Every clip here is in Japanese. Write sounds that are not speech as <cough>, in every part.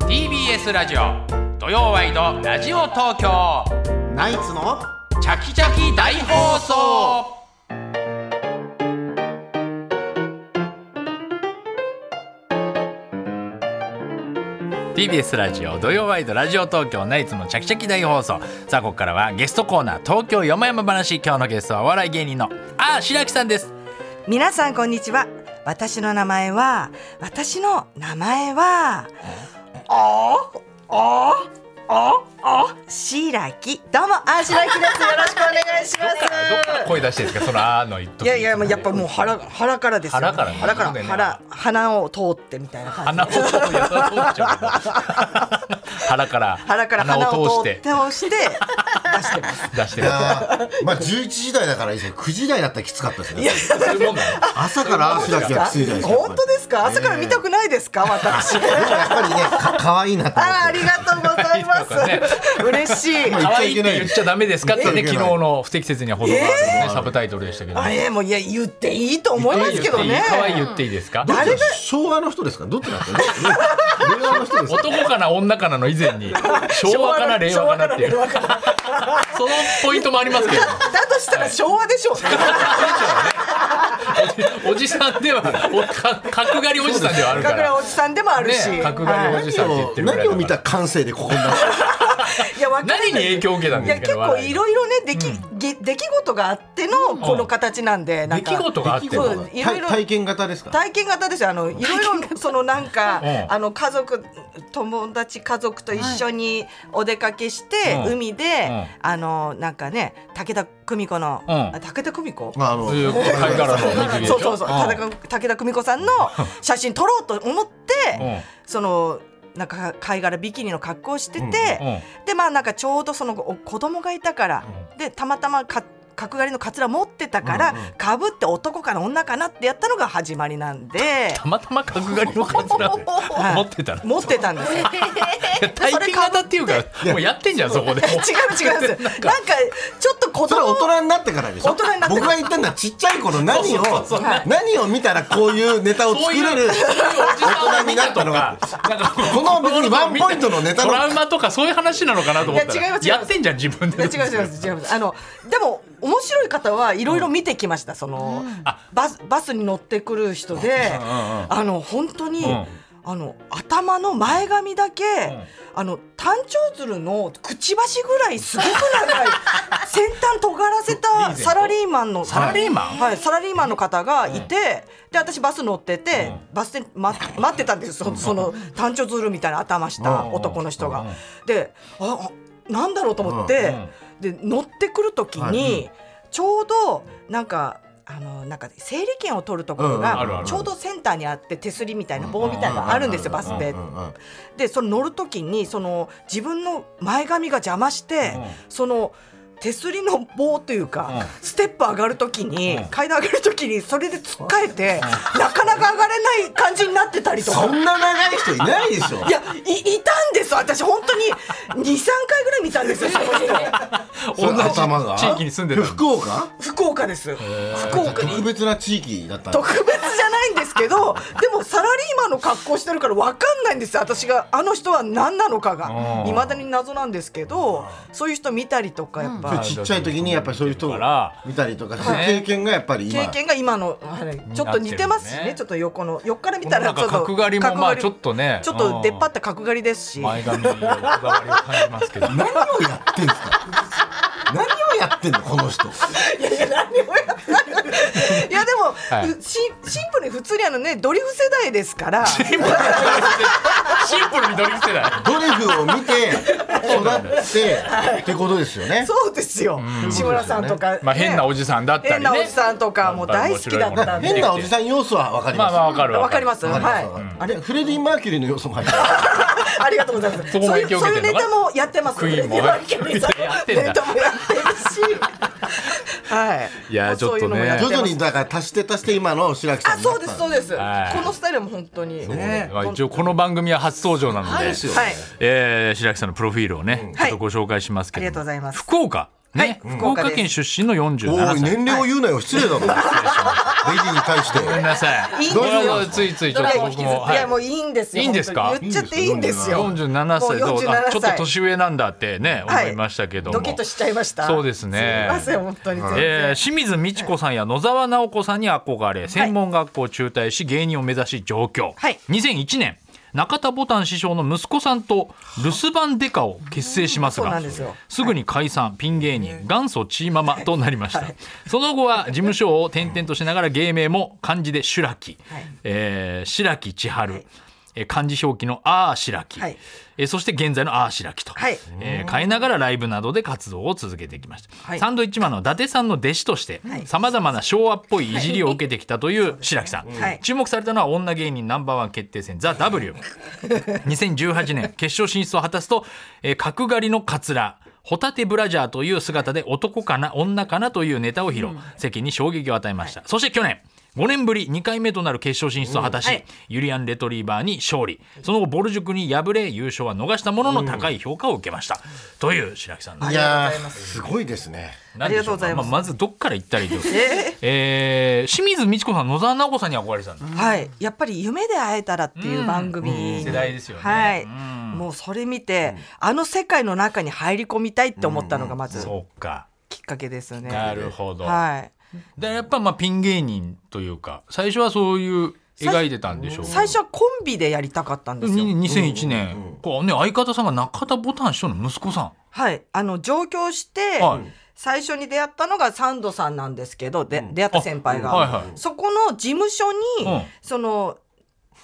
TBS ラジオ土曜ワイドラジオ東京ナイツのチャキチャキ大放送ー TBS ラジオ土曜ワイドラジオ東京ナイツのチャキチャキ大放送さあここからはゲストコーナー東京よもやま話今日のゲストはお笑い芸人のあー白木さんです皆さんこんにちは私の名前は私の名前はあーあーあーあーしらきどうもあーしらきですよろしくお願いします声出してるんですかそのあーの一時 <laughs> いやいやもうやっぱもう腹腹からですよ腹からね腹からそうだよね腹鼻を通ってみたいな感じ鼻を通って腹から腹から鼻を通って鼻通して出してます出してるあーまあ11時台だからいいですけど9時台だったらきつかったですねそういうもんなの朝から足だけはきついじゃないですか本当ですか朝から見たくないですか <laughs> 私やっぱりねか可愛いなと思あーあってりがとうござ <laughs> いますありが嬉しい可愛いって言っちゃダメですかってね言っちゃいけ昨ない日の不適切にはほどがあるね、サブタイトルでしたけどあえーもういや言っていいと思いますけどね可愛い言っていいですか誰が昭和の人ですかどっちなんですかね令和の人ですか男かな女かなの以前に昭和かな令和かなっていう昭和から令和かそのポイントもありますけど <laughs> なだとしたら昭和でしょうね。おじさんではおか角刈りおじさんではあるか神楽らおじさんでもあるし。ね角刈りおじさんって言ってるぐらい何だをか見たら感性でここになったはいいやわかんな何にい影響を受けたんいでやすか結構いろいろね出来、げ出来事があってのこの形なんで、なん出か来事があってそもういろい体ろ体験型ですか体験型ですよあのいろいろそのなんか、うんあの家族友達家族と一緒にお出かけして、うん海で、んあのなんかね武田久美子の、うんあ武田久美子あのそういう貝殻の水着でしそょうそうそう、ん武田武田久美子さんの写真撮ろうと思って、うんそのなんか貝殻ビキニの格好をしてて、うんでまあなんかちょうどそのお子供がいたから、でたまたまか角刈りのカツラ持ってたから、かぶって男かな女かなってやったのが始まりなんでたまたま角刈りのカツラを <laughs> 持ってたら持ってたん <laughs> ですよ。体験型っていうからもうやってんじゃんそこで <laughs> 違う違うんです。なんかちょっと子それは大供人になってからでしょ大人になってから僕が言ったのはちっちゃい頃何を何を見たらこういうネタをそ作ういうれるおじさんを見たとか、なんかこの別にワンポイントのネタトのラウマとかそういう話なのかなと思ったいや違いらます違いまやすってんじゃん自分いやで違う違う違う違うあのでも面白い方はいろいろ見てきました、その、あバスバスに乗ってくる人で、あの本当に、んあの頭の前髪だけ、あの単調鶴のくちばしぐらいすごく <laughs> 長い先端尖らせたサラリーマンのサラリーマンはい、サラリーマンの方がいて、で私バス乗ってて、バス停、ま、待ってたんですよそその単調ズルみたいな頭した男の人が。でああなんだろうと思って、で乗ってくる時に、ちょうどなんか。あのなんか整理券を取るところうんうんあるあがるちょうどセンターにあって手すりみたいな棒みたいなのがあるんですよバス停うんうんうんでその乗る時にその自分の前髪が邪魔して、その手すりの棒というか、ステップ上がる時に、階段上がる時にそれで突っかえて、なかなか上がれない感じになってたりとそか。んな長い人いないでしょいやいいたんです私本当に23回ぐらい見たんですよその人その頭が地域に住んでたの福岡福岡です福岡特に別な地域だったの特別じゃないんです <laughs> けどでもサラリーマンの格好してるから分かんないんですよ私があの人は何なのかがいまだに謎なんですけどそういう人見たりとかやっそぱ、れちっちゃい時にやっぱりそういう人を見たりとかそういうね経験がやっぱり今経験が今の、はいちょっと似てますしなってるんですねねちょっと横の横から見たならんちょかっと角刈りもまあ角刈りちょっとねちょっと出っ張った角刈りですし前髪のこだわりを感じますけ <laughs> ど何をやってんですか何をやってんのこの人いやでも、いうしシンプルに普通にあのねドリフ世代で <laughs> すからシンプルにシンプルにドリフしてないドリフを見て育ってってことですよねそうですよ志村さんとか、まあ変なおじじさんだったりね変なおじさんとかも大好きだったんで変なおじさん要素は分かりままあすまあわかるわかりますすわかりますわはいかりますあれフレディ・マーキュリーの要素も入ってるありがとうございますそこもそうい影う響そう受いけうてんのネかタもやってますクイーンもネやってんだタもやってるしはいいやちょっとねそういうのもやって徐ます々にだから足して足して今の白木さあんになそっうたですそうです、はいこのスタイルも本当に、ねまあ一応この番組は初登場なのでですよはいえー白木さんのプロフィールをね、ちょっとご紹介しますけども、ありがとうございます福岡ね、はい福岡福岡県で出身の47おい歳年齢を言うなよ失礼だろレジに対して。ごめんなさい。いいんですどようぞついついちょっと僕いも。やもういいんですよ。いいんですか本当に言っちゃっていいんですよ。四十七歳どもうう47あ歳ちょっと年上なんだってね、はい思いましたけども。ドキッとしちゃいました。そうですねすみません本当に全然。えー清水美智子さんや野沢直子さんに憧れ専門学校を中退し芸人を目指し上京、はい2001年中田ボタン師匠の息子さんと留守番デカを結成しますそうながんですよすぐに解散ピン芸人元祖チーママとなりました、その後は事務所を転々としながら芸名も漢字で白木、はいえー白木千春、はいえー漢字表記のあー白木、はいえーそして現在のあー白木と、はいえー変えながらライブなどで活動を続けてきました、はいサンドイッチマンの伊達さんの弟子としてはいさまざまな昭和っぽいいじりを受けてきたという白木さん、はい注目されたのは女芸人ナンバーワン決定戦「ザ・ w 2018年決勝進出を果たすと、えー角刈りのカツラホタテブラジャーという姿で男かな女かなというネタを披露、世間に衝撃を与えました、そして去年5年ぶり2回目となる決勝進出を果たし、はいユリアン・レトリーバーに勝利その後ボル塾に敗れ優勝は逃したものの高い評価を受けました、という白木さんのいやー、すごいですね。なんでしょありがとうございますあまずどっから行ったらいいですかええー清水美智子さん野沢直子さんに憧れてたんだーはい、やっぱり夢で会えたらっていう番組に、世代ですよねはうい、んもうそれ見て、あの世界の中に入り込みたいって思ったのがまずそうかきっかけですね。なるほど、はい。でやっぱまあピン芸人というか最初はそういう描いてたんでしょう最初はコンビでやりたかったんですよ。に2001年、こうね、相方さんが中田ボタン師匠の息子さはい、あの上京して、はい最初に出会ったのがサンドさんなんですけど、で、出会った先輩が、あはいはいそこの事務所に、うんその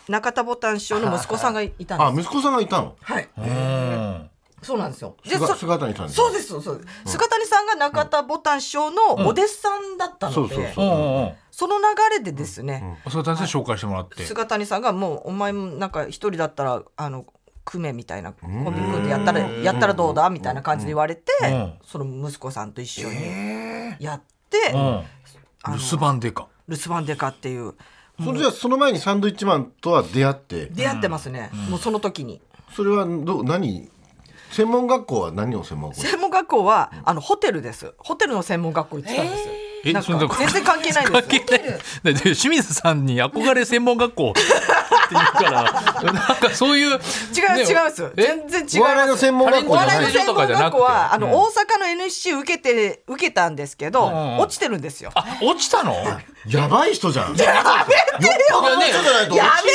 中田ボタン師匠の息子さんがいたんあ、です。息子さんがいたの。はい、ん、うんそうなんですよ。で、すがそ姿にいたんです。そうですそうそうです。菅谷さんが中田ボタン師匠のお弟子さんだったそのうで、そううそんう。うんうんその流れでですね、おそれ先生紹介してもらって、菅谷さんがもうお前もなんか一人だったらあの組めみたいなコンビ組んでやったらやったらどうだみたいな感じで言われてん、その息子さんと一緒にやっうん、て留守番でか留守番デカっていうそれじゃあその前にサンドイッチマンとは出会って、出会ってますね。もうその時にそれはどう何専門学校は何を専門学校で？専門学校はあのホテルです。ホテルの専門学校行ってたんです。えなんかそんな全然関係ないです。関係ないだって清水さんに憧れ専門学校って言うから <laughs> なんかそういう違う違う、違うんですよ。全然違います。お笑いの専門学お校じゃ笑いなのい。専門学校はあの、うん大阪の NSC 受けて受けたんですけど、ん落ちてるんですよ。あ落ちたのややばい人じゃん。やめてよねちょっとないとやめてる人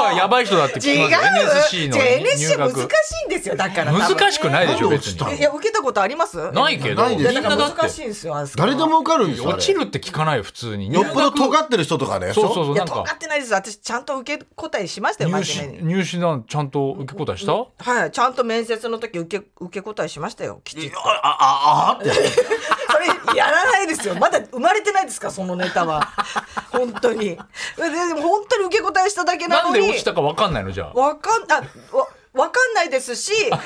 はやばい人だって聞めてきよま違うすよ NSC のじゃあ NSC 入難し学いんですよだから難しくないでしょなんで別落ちにたのいや受けたことありますないけどないみんですなやだかだら難っしていんですよあそこ誰でも受かるんですよ。あれ落ちるって聞かないよ普通によっぽど尖ってる人とかね。そうそうそういなやん尖かってないです私ちゃんと受け答えしましたよ入試真面目に入試なんちゃんと受け答えしたはいちゃんと面接の時受け受け答えしましたよきちっとあああって。それやらないですよまだ生まれてないですからそのネタは <laughs> 本当にででも本当に受け答えしただけななのんにで落ちたかわかんないのじゃあわかんあわわかんないですし多分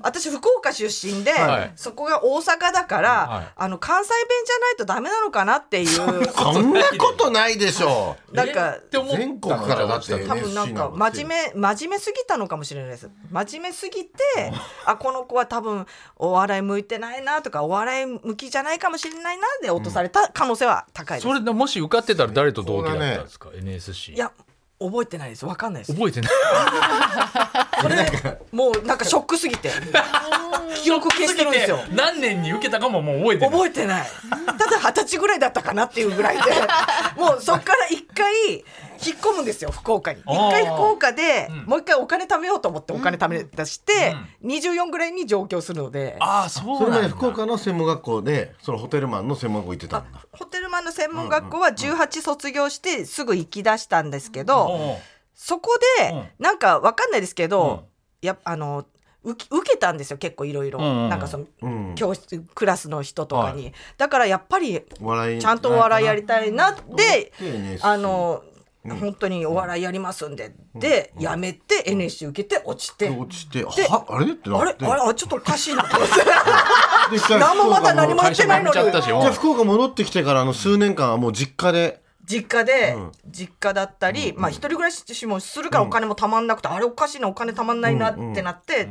私福岡出身で、はいそこが大阪だから、はいあの関西弁じゃないとダメなのかなっていうそんなことないでしょう。なんかって思ったの全国からだってじゃあ落ち多分なんか NSC 真面目真面目すぎたのかもしれないです真面目すぎてあこの子は多分お笑い向いてないなとかお笑い向きじゃないかもしれないなで落とされた可能性は高いたです、それでもし受かってたら誰と同期だったんですかい NSC や覚えてないですわかんないです覚えてないそれもうなんかショックすぎて記憶消してるんですよ <laughs> 何年に受けたかももう覚えてない覚えてないただ二十歳ぐらいだったかなっていうぐ <laughs> らいでもうそっから一回引っ込むんですよ福岡に一あー回福岡で、んもう一回お金貯めようと思ってお金貯め出して、24ぐらいに上京するのでああそうそれなまんでだ福岡の専門学校でそのホテルマンの専門学校行ってたんだ。ホテルマンの専門学校は18卒業してすぐ行き出したんですけど、うんうんそこうでんなんかわかんないですけど、やっぱあの受け受けたんですよ結構いろいろんうんなんかその、うん教室クラスの人とかに、だからやっぱりお笑いちゃんとお笑いやりたたいなっでて、あの、本当にお笑いやりますんで、で、やめて NSC 受けて落ちて、落ちてはあれってなあれってあれあちょっとおかしいな <laughs> で一回何もま福だ岡何のもや会っ社てない辞のめちゃったにしうんじゃあ福岡戻ってきてからあの数年間はもう実家で実家で、実家だったり、まあ一人暮らしもするからお金もたまんなくて、あれおかしいなお金たまんないなってなって、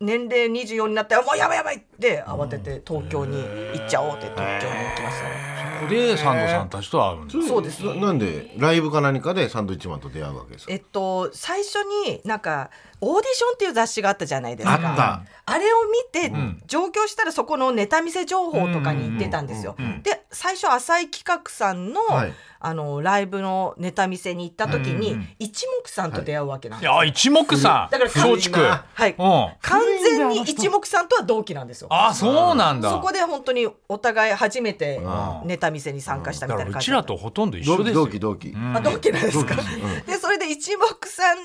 年齢24になってもうやばいやばいって慌てて東京に行っちゃおうって東京に行きましたね。ここでサンドさんたちと会うんだそうですななんでライブか何かでサンドイッチマンと出会うわけですかえっと、最初になんかオーディションっていう雑誌があったじゃないですかああれを見て上京したらそこのネタ見せ情報とかに行ってたんですよ。で最初浅井企画さんの,、はいあのライブのネタ見せに行った時うんうに一目散と出会うわけなんいですよ。や一目散だから松竹古ういんなはい、あ完全に一目散とは同期なんですよ。あそうなんだそこで本当にお互い初めてうんネタ見せに参加したみだたかいらなう感じちだらったとほとんど一緒同で期すよ同期同期、あ同期なんですか同期ですうんでそれで一目散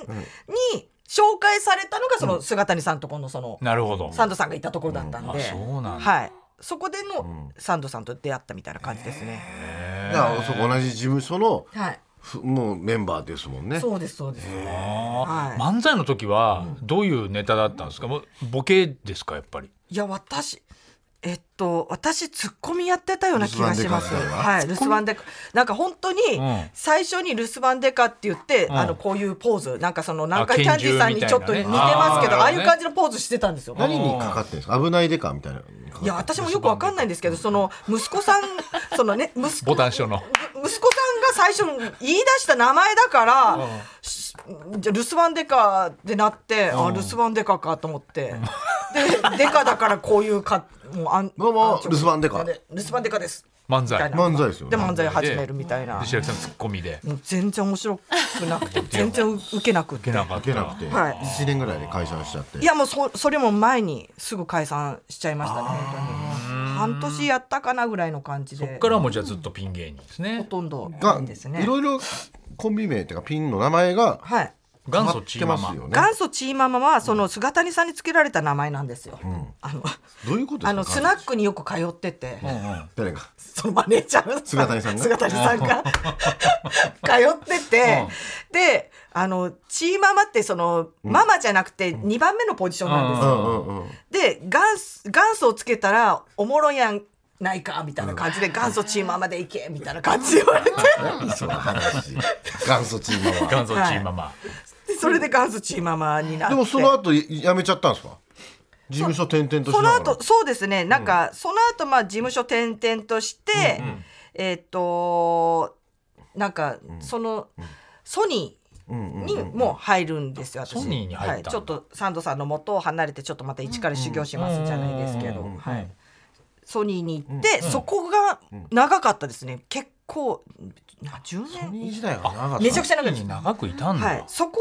に紹介されたのがその菅谷さんとこのそのなるほどサンドさんがいたところだったんで、うんあそうなんだはいそこでのんサンドさんと出会ったみたいな感じですね、だからそこ同じ事務所のはいふもうメンバーですもんねそうですそうですあはーい漫才の時はどういうネタだったんですかもうボケですかやっぱりいや私えっと私ツッコミやってたような気がします留守番デカみはい留守番デカなんか本当にん最初に留守番デカって言って、んあのこういうポーズなんかそのなんかあキャンディーさんにちょっと似てますけ拳銃みたいなねどあーああいう感じのポーズしてたんですよ何にかかってるんですか危ないでかみたいなのにかかってるいや私もよくわかんないんですけどその息子さんそのね息子ボタン師匠の息子さんが最初に言い出した名前だから、しじゃあ留守番デカってなって、あ留守番デカかと思って、でデカだからこういうかもうあんどうもあちょ留守番デカあれ留守番デカです漫才みたいな漫才ですよねで漫才始めるみたいなで白木さんツッコミでもう全然面白くなくて全然受けなくて受けなかっいけなたくて、はい1年ぐらいで解散しちゃっていやもうそそれも前にすぐ解散しちゃいましたね本当に半年やったかなぐらいの感じでそっからもうじゃあずっとピン芸人ですほねとんどがですねいろいろコンビ名っていうかピンの名前がはい元祖チーママ変わってますよね元祖チーママはその菅谷さんにつけられた名前なんですよ。あのどういうことですかあのスナックによく通ってて、誰がそのマネージャーの菅谷さんが菅谷さん <laughs> が通ってて、であのチーママってその、ママじゃなくて2番目のポジションなんでうすよ。んうんうんで元元祖をつけたらおもろいやんないかみたいな感じで、元祖チーママでいけみたいな感じで言われて何その <laughs> 話元祖チームは元祖チーママでそれで元祖チーママになって。でもその後い辞めちゃったんですか事務所転々としそなのがら後そうですねなんか、その後まあ事務所転々として、えーっとなんか、その、ソニーにもう入るんですよ、私ソニーに入ったんだはい、ちょっとサンドさんの元を離れてちょっとまた一から修行しますじゃないですけど、はい、ソニーに行って、そこが長かったですね結構な10年時代は長かっためちゃくちゃソ長いニーですに長くいたんだはい、そこ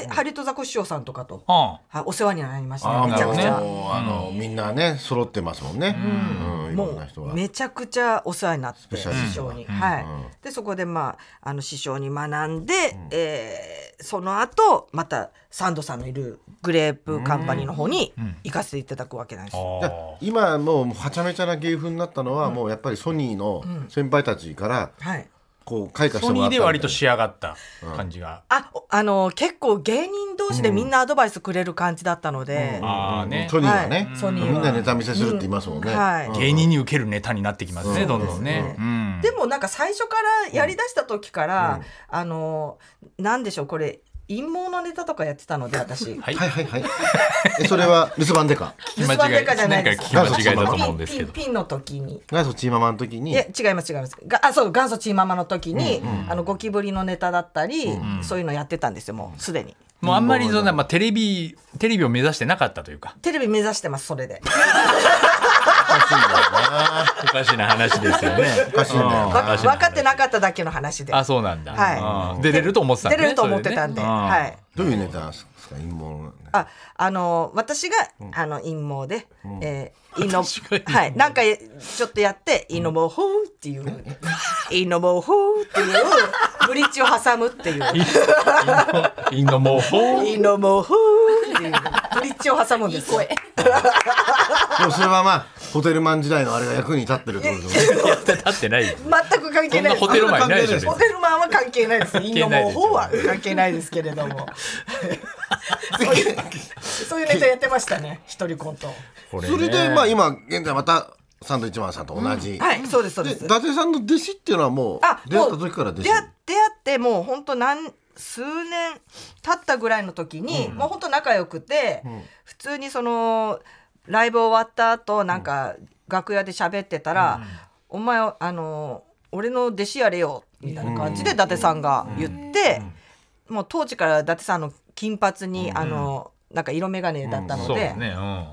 でハリウッドザコシショウさんとかと、うんはいお世話になりましあたあねめもちゃうくちねゃ。あのみんなね揃ってますもんねうんいろんもな人うがめちゃくちゃお世話になってペシャリ師スト匠がに、はいでそこでまああの師匠に学んで、えーその後またサンドさんのいるグレープカンパニーの方に行かせていただくわけなんです、だから今もうはちゃめちゃな芸風になったのはもうやっぱりソニーの先輩たちからはいこう開花してソもニーでらったみたいな割と仕上がった感じが、あおあの結構芸人同士でみんなアドバイスくれる感じだったので、ああねソニーはねはいソニーはみんなネタ見せするって言いますもんねはいうん芸人に受けるネタになってきますね、どんどんね。うんでもなんか最初からやりだした時から、あのなんでしょうこれ陰謀のネタとかやってたので私、はいはいはい <laughs> はいえそれは留守番でか留守番デカじゃないです聞き間違えたと思うんですけどピンピンピンの時にがそっち今マの時いにや違います違いますがあそう元祖チーママの時に、あのゴキブリのネタだったり、そういうのやってたんですよもうすでにもうあんまりそんな、まあ、テレビテレビを目指してなかったというかテレビ目指してますそれでおかしな話ですよね。おかしいんだよなうわ分かってい。なかっただけの話であそうなんだ、はいうん出れると思ってたん出だねれると思ってたんで、それねうんはいどういうネタなんですか陰謀のああの私が、あの陰謀で、えー、陰のはいなんかちょっとやって陰の謀法っていう <laughs> 陰の謀法っていうブリッジを挟むっていうインドもうほう陰の謀法っていうブリッジを挟むんですよでもそれはまあホテルマン時代のあれが役に立ってるってことですよねやって立ってないよ全くそ関係んないなですホテルマンいないでしょ別にホテルマンは関係ないです。イン係ドないもですよ方は関係ないですけれ <laughs> ども。そういうそういうネタやってましたね。一人コント。こそれでまあ今現在またサンドイッチマンさんと同じはい、そうですそうでで伊す。達さんの弟子っていうのはもう出会った時からもう弟子出会出会ってもう本当何数年経ったぐらいの時に、もう本当仲良くて、普通にそのライブ終わった後なんか楽屋で喋ってたら「お前あの俺の弟子やれよ」みたいな感じで伊達さんが言って、もう当時から伊達さんの金髪に、あのなんか色眼鏡だったので。そうですね。うん。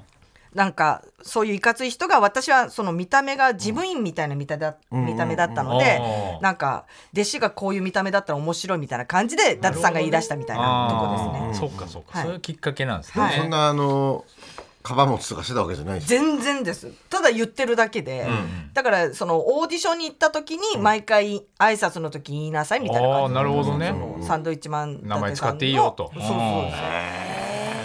なんかそういういかつい人が私はその見た目が事務員みたいな見ただ、見た目だったので、うんなんか弟子がこういう見た目だったら面白いみたいな感じで伊達さんが言い出したみたいなとこですね。あーそっかそっか。はいそういうきっかけなんですはいそんね。なあのカバン持ちとかしてたわけじゃないです全然ですただ言ってるだけで、だからそのオーディションに行った時に毎回挨拶の時に言いなさいみたいなああ感じなるほどね。サンドイッチマン伊達さんの名前使っていいよとそうそうそう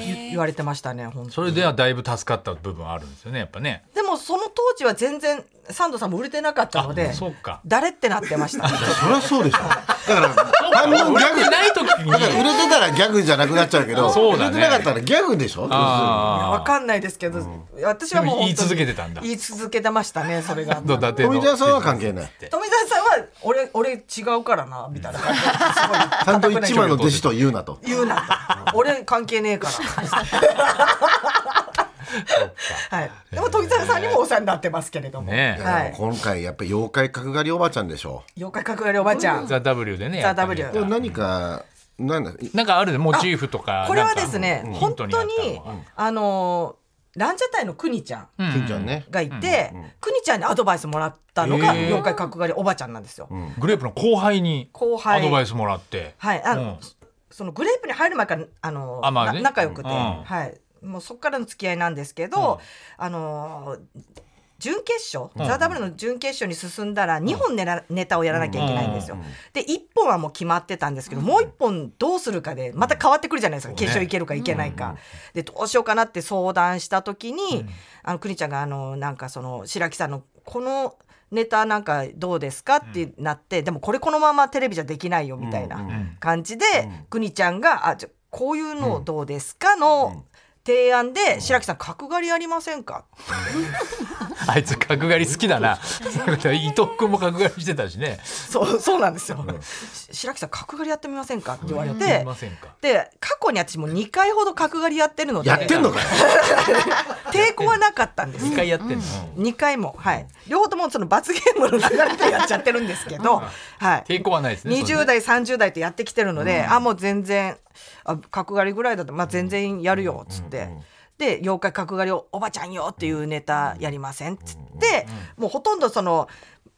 言言われてましたね本当それではだいぶ助かった部分あるんですよね。やっぱね。でもその当時は全然サンドさんも売れてなかったのでそうか。誰ってなってましたそりゃそうでしょだから半分ギャグだない時に。から売れてたらギャグじゃなくなっちゃうけどそうだね売れてなかったらギャグでしょいやあわかんないですけど、私はもうでも言い本当に続けてたんだ言い続けてましたねそれがあ。どう富伊達の富澤さんは関係ない澤さんは俺俺違うからなみたいな感じですごいサンドイッチマンの弟子と言うなと言うなと俺関係ねえからはいでも富澤さんにもお世話になってますけれども、ねえはい今回やっぱ妖怪角刈りおばちゃんでしょ妖怪角刈りおばちゃんザ・ W でね。ザやっぱり W これ何かなんだなんかあるねモチーフとか。これはですねなんか本当にヒントあったのはあのーランジャタイのくにちゃんくんちゃんねがいて、くにちゃんにアドバイスもらったのがへえ妖怪角刈りおばちゃんなんですよ、グレープの後輩に後輩アドバイスもらって。はい、あの、うんそそのグレープに入る前から、あの、あまあねな仲良くて、うんはい。もうそこからの付き合いなんですけど、あのー準決勝、ザ・ダブルの準決勝に進んだら2本ねらネタをやらなきゃいけないんですよ。で1本はもう決まってたんですけど、もう1本どうするかでまた変わってくるじゃないですか、決勝行けるか行けないか。でどうしようかなって相談した時に、あのクニちゃんがあのなんかその白木さんのこのネタなんかどうですかってなって、でもこれこのままテレビじゃできないよみたいな。感じで、くにちゃんが「あじゃあこういうのどうですか?」の提案で、白木さん角刈りありませんか?」あいつ角刈り好きだな。 <laughs> 伊藤君も角刈りしてたしね。そうそうなんですよ。し白木さん角刈りやってみませんか?」って言われすいて。ませんか。で過去に私も2回ほど角刈りやってるのでやってんのかよ抵抗はなかったんです一回やってんの。 2回もはい両方ともその罰ゲームの流れでやっちゃってるんですけど、はい、抵抗はないですね。それ20ね代30代とやってきてるので、あもう全然あ角刈りぐらいだと、まあ、全然やるよっつって。で妖怪角刈りを「おばちゃんよ」っていうネタやりませんっつって、もうほとんどその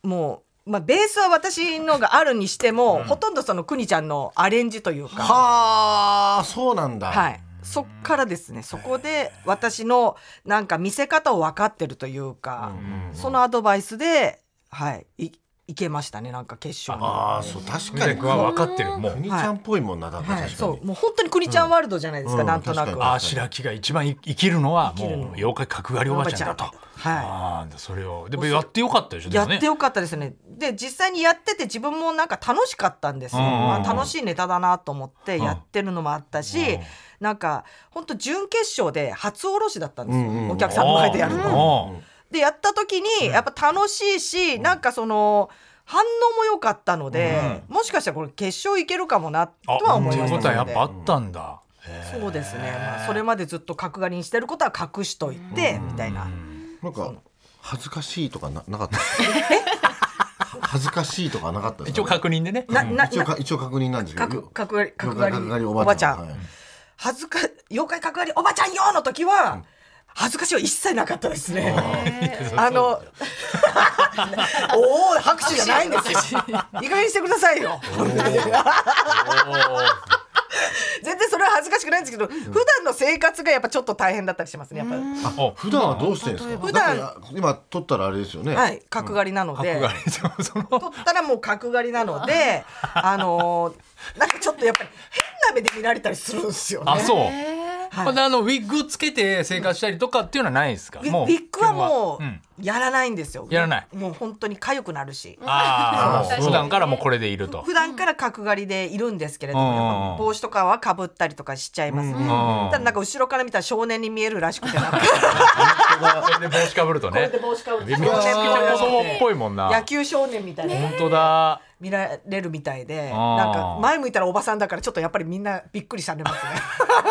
もう、まあ、ベースは私のがあるにしても、ほとんどそのくにちゃんのアレンジというか、はあそうなんだはい、そっからですねそこで私のなんか見せ方を分かってるというか、そのアドバイスで、はい、いいけましたねなんか決勝に。ああそう確宮かに崎君は分かってるもうくにちゃんっぽいもんなだからはい、確かそにうもう本当に国ちゃんワールドじゃないですか、うんなんとなうんく確かあは。あ白木が一番い生きるのは生きるのもう妖怪角刈りおばちゃんだと。おばちゃんだとはいああそれをでもやってよかったでしょ。でやもっねてよかったですね。で実際にやってて自分もなんか楽しかったんですよ。うんうんうんまあ、楽しいネタだなと思ってやってるのもあったし、うんなんか本当準決勝で初おろしだったんですよ。うんうんお客さん迎えてやるの。の。でやった時にやっぱ楽しいし、なんかその反応も良かったので、もしかしたらこれ決勝いけるかもなとあは思っいていまうしことたはやのっでぱあ。ったんだ。そうですね。まあそれまでずっと角刈りにしてることは隠しといて、みたいな。なんか恥ずかしいとかななかった <laughs> 恥ずかしいとかなかったです一応確認で <laughs> ね。な、な、一応な、か一応確認なんですけかどく、かくわり、かくわり角刈りおばちゃん。はい恥ずか、妖怪かくわりおばちゃんよの時は、恥ずかしいは一切なかったですね。あの、 <laughs> おお、拍手じゃないんですよ。意外にしてくださいよ。全然それは恥ずかしくないんですけど、普段の生活がやっぱちょっと大変だったりしますね、やっぱり。 <laughs> お普段はどうしてるんですか普段だって今撮ったらあれですよね、はい、角刈りなので。角刈りでもその取ったらもう角刈りなので、あのーなんかちょっとやっぱり変な目で見られたりするんですよ <laughs> ね。あそう。はいまだあのウィッグつけて生活したりとかっていうのはないですかウィもうウィッグはも <laughs> んうやらないんですよ。やらないもう本当に痒くなるし。ああそう普段からもうこれでいると <laughs> 普段から角刈りでいるんですけれどうも、んやっぱ帽子とかはかぶったりとかしちゃいますね。んただなんか後ろから見たら少年に見えるらしくてな <laughs> んかそれで帽子かぶるとね帽子かぶっめてちゃくちゃ子供っぽいもんな野球少年みたいな。本当だ見られるみたいで、あーなんか前向いたらおばさんだからちょっとやっぱりみんなびっくりされますね。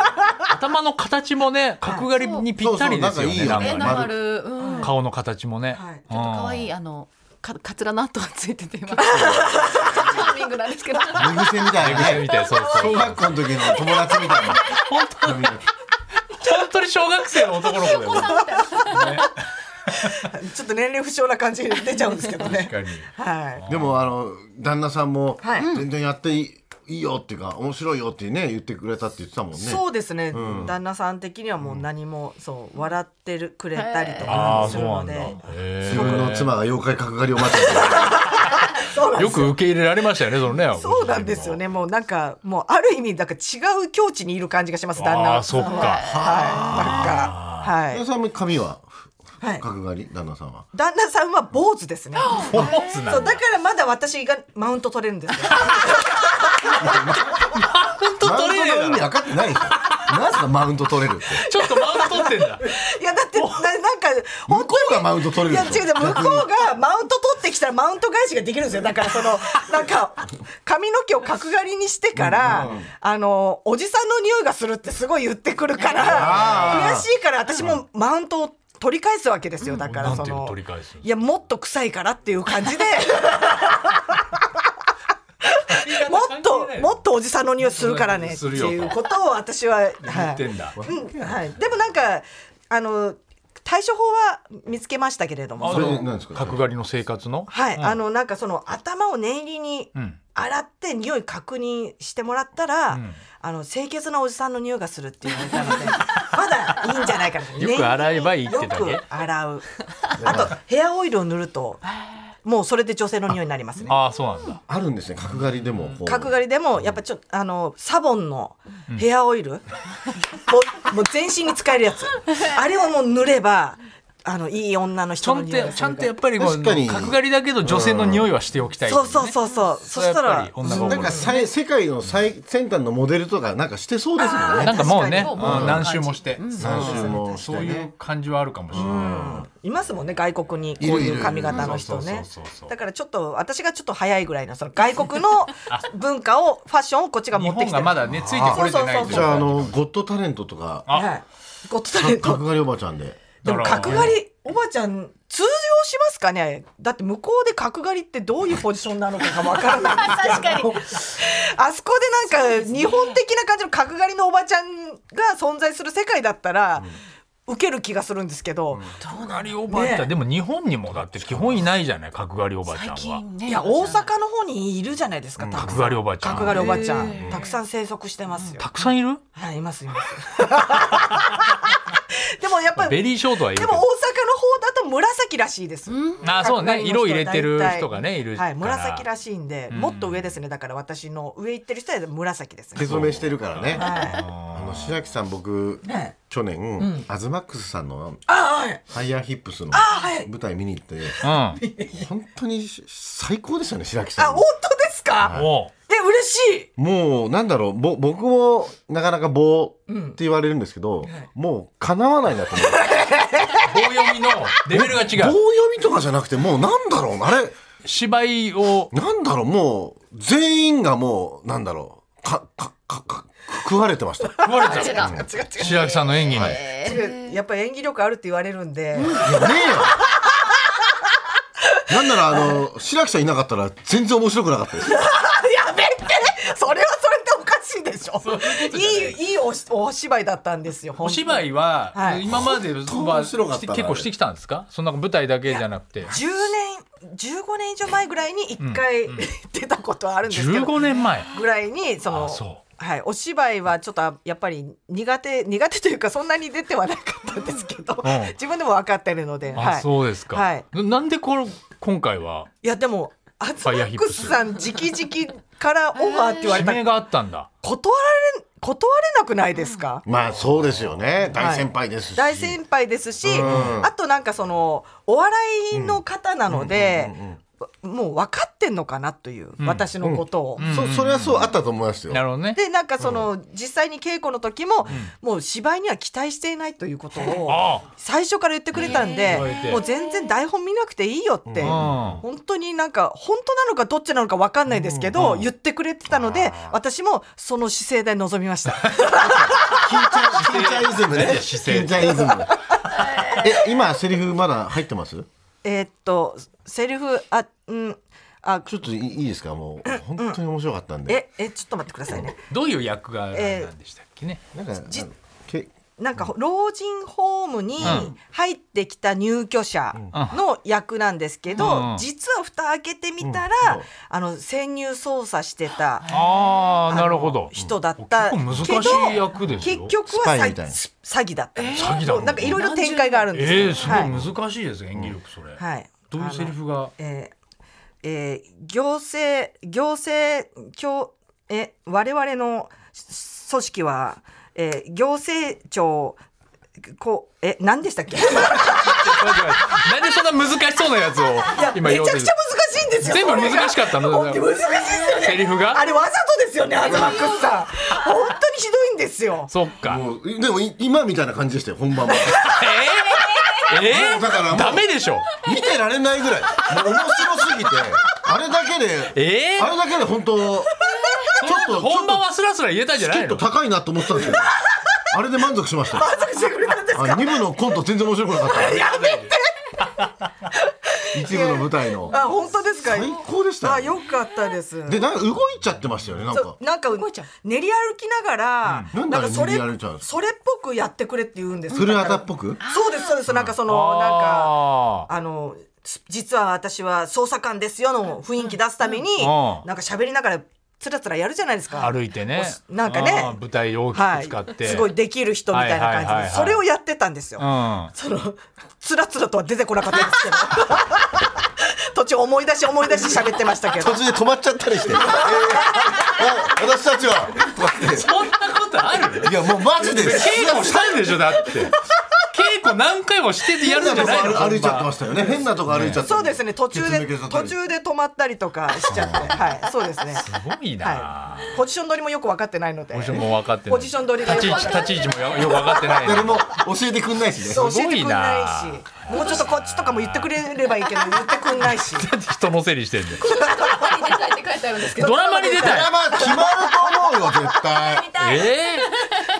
<laughs> 頭の形もね角刈りにぴったりですよそうねそうなんなんかいいよねかえなねまる、うん、ちょっ顔の形もねはいと可愛いあのかかつらの跡がついてて今チャーミングなんですけど寝癖みたいなみねたいそうそう小学校の時の友達みたいな本当髪の毛本当に小学生の男の子 <laughs> だよねちょっと年齢不詳な感じが出ち <laughs> ゃうんですけどね。確かにはい。でもあの旦那さんもはい全然やっていい,、い、いよっていうか面白いよってね言ってくれたって言ってたもんねそうですね、旦那さん的にはもう何も、そう笑ってるくれたりとあかあすそうるなのんだでへ自ー分の妻が妖怪角刈りを待ってるそうなんでよすくよ受け入れられましたよねそのねそうなんですよねもうなんかもうある意味なんか違う境地にいる感じがします旦那あはあそっかはいなん旦か那さんも髪ははい、はい、角刈り旦那さんは旦那さんは坊主ですねポーズなそうんだだからまだ私がマウント取れるんですよマウント取れねえだろマウントの意味分かってないでしょなんすかマウント取れるってちょっとマウント取ってんだいやだってななんか向こうがマウント取いれやるでし違ょうで向こうがマウント取ってきたらマウント返しができるんですよだからそのなんか髪の毛を角刈りにしてから、あのおじさんの匂いがするってすごい言ってくるからあー悔しいから私もマウントを取り返すわけですよだからなんそていうのの取り返すいやもっと臭いからっていう感 <laughs> じでもっともっとおじさんの匂いするからねってするよということを私は、言はっいて、んだうんはい、でもなんかあの対処法は見つけましたけれどもそれ何ですか角刈りの生活のはい、あのなんかその頭を念入りにうん洗って匂い確認してもらったら、んあの清潔なおじさんの匂いがするって言われたので <laughs> まだいいんじゃないかなよく洗えばいいってだけ念入りによく洗うあとヘアオイルを塗るともうそれで女性の匂いになりますねああそうなんだあるんですね角刈りでもこう角刈りでもやっぱちょっとあのサボンのヘアオイル、もうもう全身に使えるやつあれをもう塗ればあのいい女のちゃ人のん匂いとがすちゃんるとやっぱりこう確かに角刈りだけど女性の匂いはしておきたいっていそううねそうそうそうそしたれはやらっぱり女心なんかさい世界の最先端のモデルとかなんかしてそうですもんねなんかもうね確かにうん何周もして何周もしてそういう感じはあるかもしれないいますもんね外国にこいるういいうる髪型の人ねそうそうそうそうだからちょっと私がちょっと早いぐらいのその外国 <laughs> の文化をファッションをこっちが日持って本きてがるまだねついてこれてないそうそうそうじゃああのゴッドタレントとかあはいゴッドタレント角刈りおばちゃんででもだから角刈りおばちゃん通用しますかねだって向こうで角刈りってどういうポジションなのかがわからない確かに <laughs> あそこでなんか日本的な感じの角刈りのおばちゃんが存在する世界だったら、受ける気がするんですけど、角刈りおばあちゃんねでも日本にもだって基本いないじゃない角刈りおばあちゃん最は近ねいや大阪の方にいるじゃないですか、たくさん角刈りおばあちゃん角刈りおばちゃへんたくさん生息してますよたくさんいるはいいますいます <laughs> でもやっぱりベでもリーショートはいる大けど阪の方だと紫らしいですあそうね角刈りの人色入れてる人がねいるかはらい紫らしいんでもっと上ですねだから私の上行ってる人は紫です手ね染めしてるからねはいあの白木さん僕ね去年アズマックスさんのあはいハイヤーヒップスのはい舞台見に行ってうん本当に最高でしたね白木あさん本当ですかおうえ嬉しいもうなんだろうぼ僕もなかなか棒って言われるんですけど、もうかなわないなと思って棒読みのレベルが違棒う読みとかじゃなくてもうなんだろうあれ芝居をなんだろうもう全員がもうなんだろうかかかか食われてました食われち違っゃたう違う白木さんの演技に違うやっぱ演技力あるって言われるんでいやねえよなんならあの白木さんいなかったら全然面白くなかったですやめてそれはそれでおかしいでしょいいいいおしお芝居だったんですよお芝居居は、はい今までは当面白かったな結構してきたんですかそんな舞台だけじゃなくて10年15年以上前ぐらいに1回、出たことはあるんですけど15年前ぐらいにそのあそはい、お芝居はちょっとやっぱり苦手苦手というかそんなに出てはなかったんですけど、うん自分でも分かってるので、あ、はい、そうですか、はいななんでこれ今回はいやでもアズマックスさん直々からオファーって言われ指た名があったんだ断られ断れなくないですか、まあそうですよね大先輩ですし、大先輩ですし、うんあとなんかそのお笑いの方なので、もう分かってんのかなという、私のことを。そそれはそうあったと思いますよなるほどねでなんかその、実際に稽古の時も、もう芝居には期待していないということ <laughs> をあ最初から言ってくれたんで、ええもう全然台本見なくていいよって、あ本当になんか本当なのかどっちなのか分かんないですけど、言ってくれてたので私もその姿勢で臨みま <laughs> した。キンチャイズムねキン勢チャイズム <laughs> え今セリフまだ入ってますえーっとセリフあうんあちょっといいいいですかもう本当に面白かったんで、ええちょっと待ってくださいね。どういう役がなんでしたっけね、なんかじけなんか老人ホームにん入ってきた入居者の役なんですけど、うん実は蓋開けてみたら、うんあの潜入捜査してたああなるほあどの人だったけど結構難しい役ですよ結局スはパイ詐みたいな詐欺だった、詐欺だもんねなんかいろいろ展開があるんですよえー、すはいごい難しいです、演技力それ、はいどういうセリフがえーえー行政行政教え我々のし組織は、えー行政庁こうえ何でした <laughs> っけいなんでそんな難しそうなやつをやめちゃうくちゃ難しいんですよ全部それが難しかったの難しいですよ <laughs> ねセリフがあれわざとですよね東クスさん本当にひどいんですよそっかもうでもい今みたいな感じでしたよ本番はえー、えー、 <laughs> だからもうダメでしょ見てられないぐらいもう面白すぎてあれだけで、えーあれだけで本当ちょっと本番はスラスラ言えたんじちゃょないっのと高いなと思ってたんですけどあれで満足しました満足してくれたんですあ二部のコント全然面白くなかったやめて一部の舞台のあ本当ですか最高でしたよあよかったですでなんか動いちゃってましたよねなんかそうなんか練り歩きながら、うんなんかそれなんであれ練り歩いちゃうんですかそれっぽくやってくれって言うんですよ古畑だっからぽくそうですそうですなんかそのなんかああのす実は私は捜査官ですよの雰囲気出すために、うんなんか喋りながらつらつらやるじゃないですかー歩いてねおすなんかねあー舞台を大きはいく使って、すごいできる人みたいな感じはいで、はいはいはいそれをやってたんですよ、うんそのつらつらとは出てこなかったですけど <laughs> 途中思い出し思い出し喋ってましたけど途中で止まっちゃった <laughs> りして、えーあ私たちはとか言ってそんなことあるいやもうマジで稽古したんでしょだって稽古何回もしててやるんじゃ <laughs> ないの変なとこ歩いちゃってましたよね変なとこ歩いちゃってそうですね途中で血抜けちゃったり途中で止まったりとかしちゃってはいそうですねすごいな、はいポジション取りもよく分かってないのでポジションも分かってないポジション取りがよ立くち位分置か立ち位置もよよく分かってない誰も教えてくんないしねそうす教えごていくんないなしもうちょっとこっちとかも言ってくれればいいけど言ってくんないし人のせいにしてんだよパリ出たいって書いてあるんですけどドラマに出ドたいラマ決まると思うよ絶対え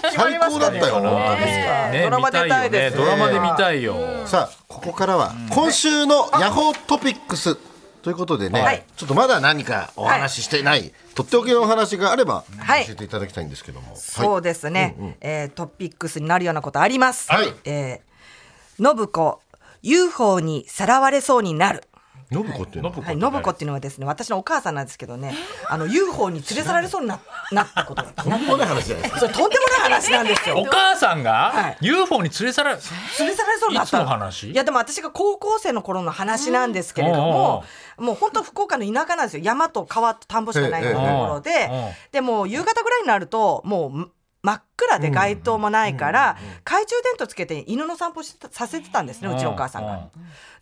決まり最ま高すだかっねたえよ本当にーねドラマ出たいです見よねドラマで見たいよ、さあここからは今週のヤホートピックスということでね、はいちょっとまだ何かお話ししてない、とっておきのお話があればはい教えていただきたいんですけども、はい、そうですね、えートピックスになるようなことあります、はいえー信子 UFO にさらわれそうになる信子っていうのははい、信子っていうのはですね、私のお母さんなんですけどね、あの UFO に連れ去られそうにななったことが。とんでもない話じゃないですかそれとんでもない話なんですおよ。母さんはがい UFO に連れ去られ、連れ去られそうになった。いつの話いやでも私が高校生の頃の話なんですけれども、もう本当福岡の田舎なんですよ。山と川と田んぼしかないようなところええでえええ、でもう夕方ぐらいになるともう。真っ暗で街灯もないから、懐中電灯つけて犬の散歩してたさせてたんですね、うちのお母さんが。っ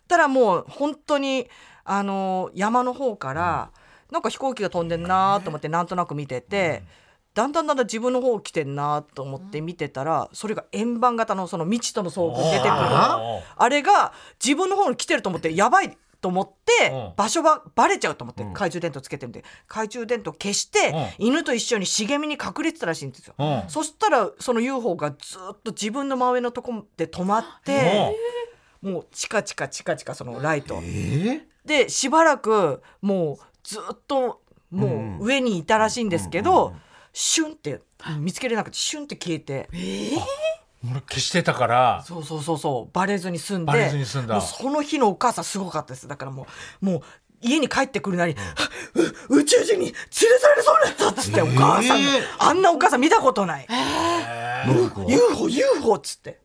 たらもう本当にあの山の方からなんか飛行機が飛んでんなと思ってなんとなく見てて。だんだんだんだん自分の方来てんなと思って見てたらそれが円盤型のその未知との遭遇に出てくるああれが自分の方に来てると思ってやばいと思ってうん場所ばバレちゃうと思って懐中電灯つけてるんで懐中電灯消して犬と一緒に茂みに隠れてたらしいんですようんそしたらその UFO がずっと自分の真上のとこで止まって。ももうチカチカチカチカそのライト、でしばらくもうずっともう上にいたらしいんですけど、シュンって見つけれなくてシュンって消えて、う俺消してたからそうそうそうそうバレずに済んでバレずに済んだもうその日のお母さんすごかったですだからもうもう家に帰ってくるなり、う宇宙人に連れ去られそうになったっつって、お母さん、えーあんなお母さん見たことない。信子 UFO、UFO っつって、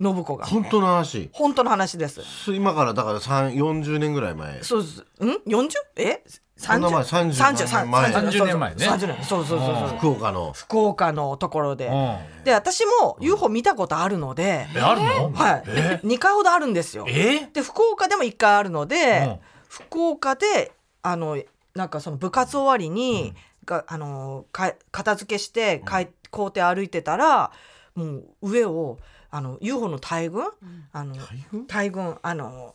信子が。本当の話本当の話です。そう今からだから3 40年ぐらい前そうです。ん ?40? えそんな前 ?30? 30年前30年前ね30年。そうそうそうそう。福岡の福岡のところで。んで、私も UFO 見たことあるので、えあるのはい。で2回ほどあるんですよ。えで福岡でも1回あるので、うん福岡であのなんかその部活終わりに、があのか片付けして帰校庭歩いてたらもう上をあの UFO の大群、あの大群あの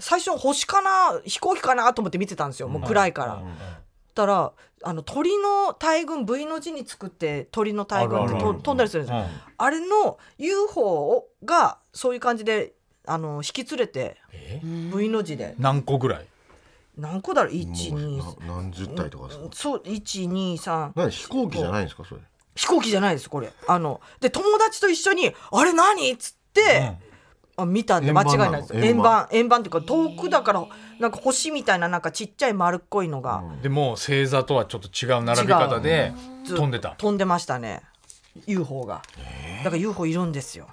最初星かな飛行機かなと思って見てたんですよもう暗いから。たらあの鳥の大群 V の字に作って鳥の大群ってあるあとるある飛んだりするんですよ。あれの UFO をがそういう感じであの引き連れてえ V の字で何個ぐらい何個だろうも123うな何十体とかさそう123何飛行機じゃないんですかそれ飛行機じゃないですこれあので友達と一緒に「あれ何?」っつって、あ見たんで間違いないです円円盤な盤円盤っていうか遠くだからなんか星みたいななんかちっちゃい丸っこいのがでもう星座とはちょっと違う並び方でずっと飛んでた飛んでましたね UFO がだから UFO いるんですよ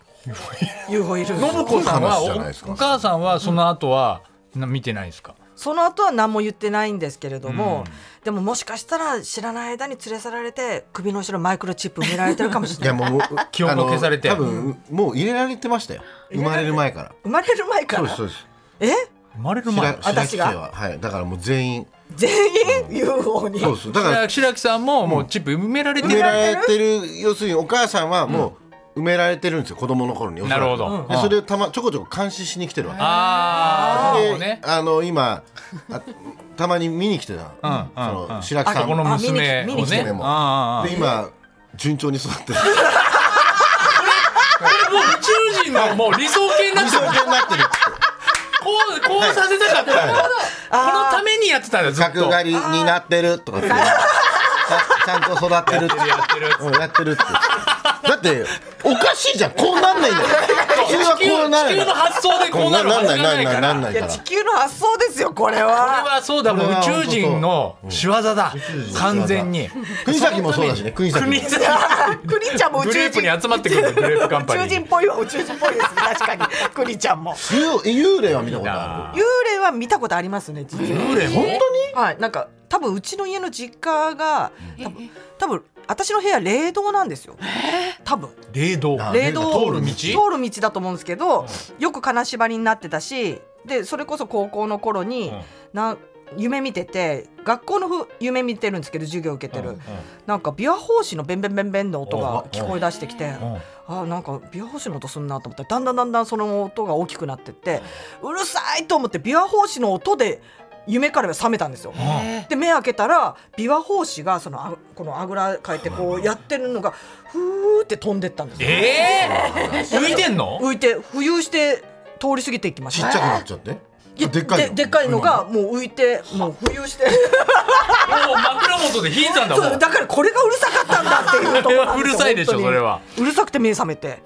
UFO いる信子さんは話じゃないですかおお母さんはその後はな見てないですかその後は何も言ってないんですけれども、でももしかしたら知らない間に連れ去られて首の後ろマイクロチップ埋められてるかもし <laughs> いれやない。もう記憶を消されてあの多分もう入れられてましたよ生まれる前から生まれる前かそうらですそうですえ生まれる前白白私木家がははいだからもう全員全員 UFO にそうですだから白木さんももうチップ埋められて埋めるられてる要するにお母さんはもう埋められてるんですよ子供の頃におそらなくるほどでそれをたまちょこちょこ監視しに来てるわけああそうねであの今あたまに見に来てたのうんうんそのうん白木そさんこのあ見に娘来見をに来てねるもんああああで今順調に育ってるもう宇宙人のもう理想形になっ理て想る形になってるこうこうさせたかったんだこのためにやってたんだずっと角刈りになってるとかってちゃちゃんと育ってるってやってるうんやってるってだっておかしいじゃんこうなんないんだよ普通は地球こうな地る球の発想でこうなるはずがないからなんないいやか地ら球の発想ですよこれこれははそうだもうこれは宇宙人の仕業だ完全に国崎もそうだしね国崎も国際クリちゃんも宇グ宙レープ人に集まってくるグレープカン宇パニ宙人ーっぽいは宇宙人っぽいですね確かにクリちゃんも幽幽霊は見たことあ幽霊は見たことありますね実は幽霊本はいなんか多分うちの家の実家が多分多分私の部屋冷凍なんですよ多分当霊道あ霊道通る道通る道だと思うんですけどよく金縛りになってたしでそれこそ高校の頃に、んな夢見てて学校のふ夢見てるんですけど授業受けてる、なんか琵琶法師のベンベンベンベンの音が聞こえ出してきて、あなんか琵琶法師の音すんなと思ってだんだんだんだんその音が大きくなってってうるさいと思って琵琶法師の音で夢から覚めたんですよ。で目開けたら琵琶法師がそのあこのあぐらかいてこうやってるのがふーって飛んでったんですよ。ええ浮いてんの浮いて浮遊して通り過ぎていきまるしちたっちゃくなっちゃっていやでっかいでっかいのがもう浮いてもう浮 <laughs> 遊してもう枕元で引いたんだもそうんだからこれがうるさかったんだっていうところなう <laughs> んですよるさいでしょ本当にそれはうるさくて目覚めて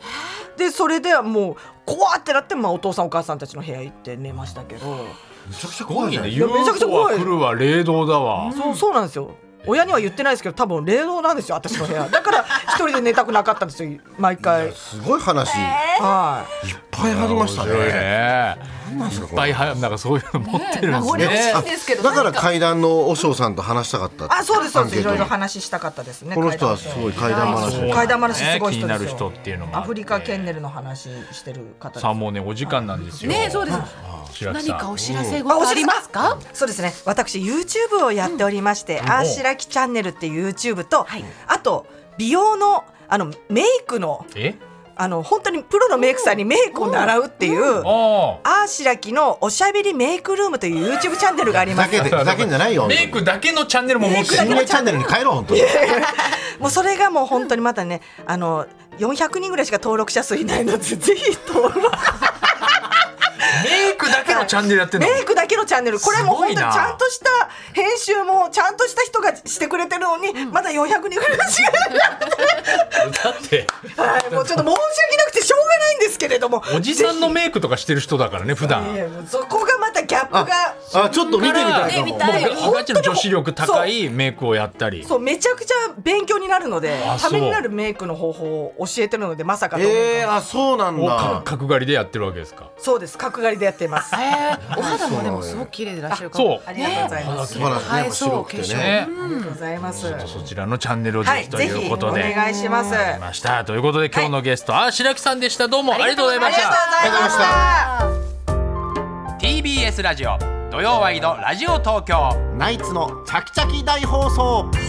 でそれではもう怖ってなって、まあ、お父さんお母さんたちの部屋行って寝ましたけど、めちゃくちゃすご怖いいじゃねんやめちゃくちゃ UFO は怖い来るわ霊道だわそうそうなんですよ親には言ってないですけど多分霊能なんですよ私の部屋 <laughs> だから一人で寝たくなかったんですよ毎回すごい話いはっぱいありました面白いねね何なんですかいっこぱれいはなんかそういうの持ってるんですねえ名ね残惜しいですけどだからなんか階段の和尚さんと話したかったいあそうですそうアンですいケートろにいろ話したかったですねこの人は階す段ごい階段そう話階段話すごい気に人でなするよ人っていうのもアフリカケンネルの話してる方ですさあもうねお時間なんですよねえそうです白木何さんかお知らせあごおあ知りらせますかそうですね私 YouTube をやっておりまして「あーしらきチャンネル」っていう YouTube と、あと美容のあのメイクのえあの本当にプロのメイクさんにメイクを習うっていう「ああーしらきのおしゃべりメイクルーム」という YouTube チャンネルがありまだすけでだけじゃないよあ本当メにイクだけのチャンネルも持って心る霊チャンネルに帰ろう本当にもうそれがもう本当にまたねあの400人ぐらいしか登録者数いないのでぜひ登録メイクだけのチャンネルやってんのメイクだけのチャンネルこれも本当にちすごいなゃんとした編集もちゃんとした人がしてくれてるのに、まだ400人ぐらいしかだってはい、もうちょっと申し訳なくてしょうがないんですけれども。おじさんのメイクとかしてる人だからね普い段やもうそこがまたギャップがあちょっと見てみたいか見もたいもうガガチの女子力高いメイクをやったりそうめちゃくちゃ勉強になるのであそうためになるメイクの方法を教えてるのでまさかと思うのがえー、あそうなんをかだ角刈りでやってるわけですかそうです角刈りでやっていますあえーお肌もでもすごく綺麗でいらっしゃるからそうりがとうございます、素晴らしいねはやっいぱそう白くて化ね粧ねありがとうございますそちらのチャンネルをぜはいひとぜいひうおことで、願いしますありましたということで今日のゲスト、あ白木さんでしたどうもありがとうございました TBS ラジオ土曜ワイドラジオ東京ナイツのチャキチャキ大放送